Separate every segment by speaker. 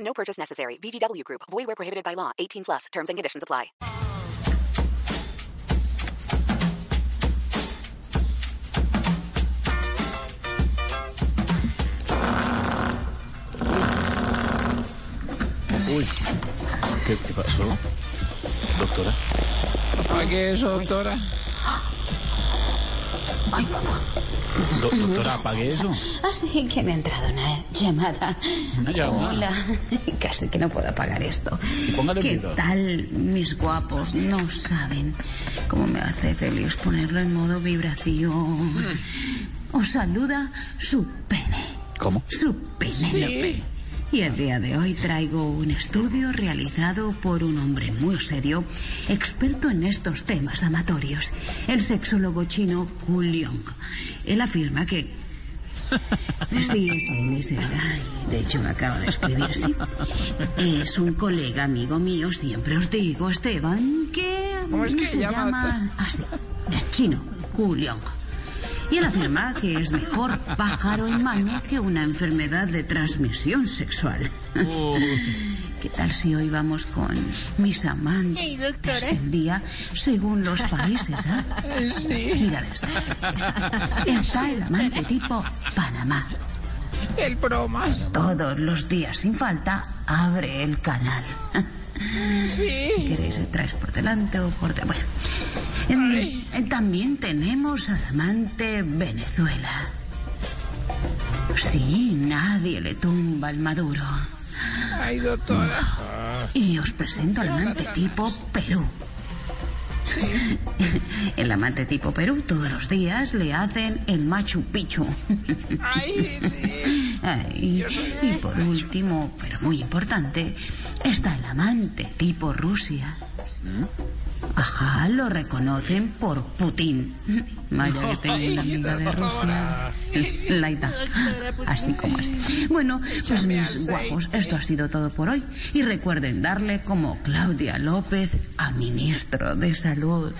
Speaker 1: No purchase necessary. VGW Group. Void where prohibited by law. 18 plus. Terms and conditions apply.
Speaker 2: Uy, ¿qué, qué pasó? Doctora.
Speaker 3: ¿Para qué eso, doctora?
Speaker 4: Ay, papá.
Speaker 2: Do- doctora, apague eso.
Speaker 4: Así que me ha entrado una llamada.
Speaker 2: Una llamada.
Speaker 4: Hola. Casi que no puedo apagar esto.
Speaker 2: Sí, póngale
Speaker 4: ¿Qué
Speaker 2: miedo.
Speaker 4: tal, mis guapos? No saben cómo me hace feliz ponerlo en modo vibración. Os saluda su pene.
Speaker 2: Hmm. ¿Cómo?
Speaker 4: Su Penélope. Y el día de hoy traigo un estudio realizado por un hombre muy serio, experto en estos temas amatorios, el sexólogo chino Gu Liang. Él afirma que... Sí, es él, es él. Ay, de hecho, me acaba de escribir, sí. Es un colega amigo mío, siempre os digo, Esteban, que...
Speaker 3: ¿Cómo es que
Speaker 4: se
Speaker 3: llama?
Speaker 4: llama así. Es chino, Gu Liang. Y él afirma que es mejor pájaro en mano que una enfermedad de transmisión sexual. ¿Qué tal si hoy vamos con mis amantes
Speaker 5: Ay, doctora.
Speaker 4: del día según los países? ¿ah?
Speaker 3: Sí,
Speaker 4: Mira este. Está el amante tipo Panamá.
Speaker 3: el bromas.
Speaker 4: Todos los días sin falta abre el canal.
Speaker 3: Sí.
Speaker 4: ¿Queréis eh, traes por delante o por detrás? Bueno. Eh, eh, También tenemos al amante Venezuela. Sí, nadie le tumba al Maduro. Ah.
Speaker 3: Ay, doctora.
Speaker 4: Y os presento al amante tipo Perú. El amante tipo Perú todos los días le hacen el Machu Picchu.
Speaker 3: Ay, sí.
Speaker 4: Ay, Ah, y por último, pero muy importante, está el amante tipo Rusia. ¿Mm? Ajá, lo reconocen por Putin. Vaya que tengo una amiga de Rusia. Laita. Así como es. Bueno, pues mis guapos, esto ha sido todo por hoy. Y recuerden darle como Claudia López a ministro de Salud.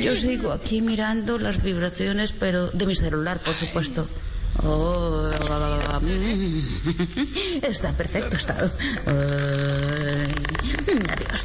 Speaker 4: Yo sigo aquí mirando las vibraciones, pero de mi celular, por supuesto. Oh, la, la, la, la, mm. Está en perfecto estado. Ay, Adiós.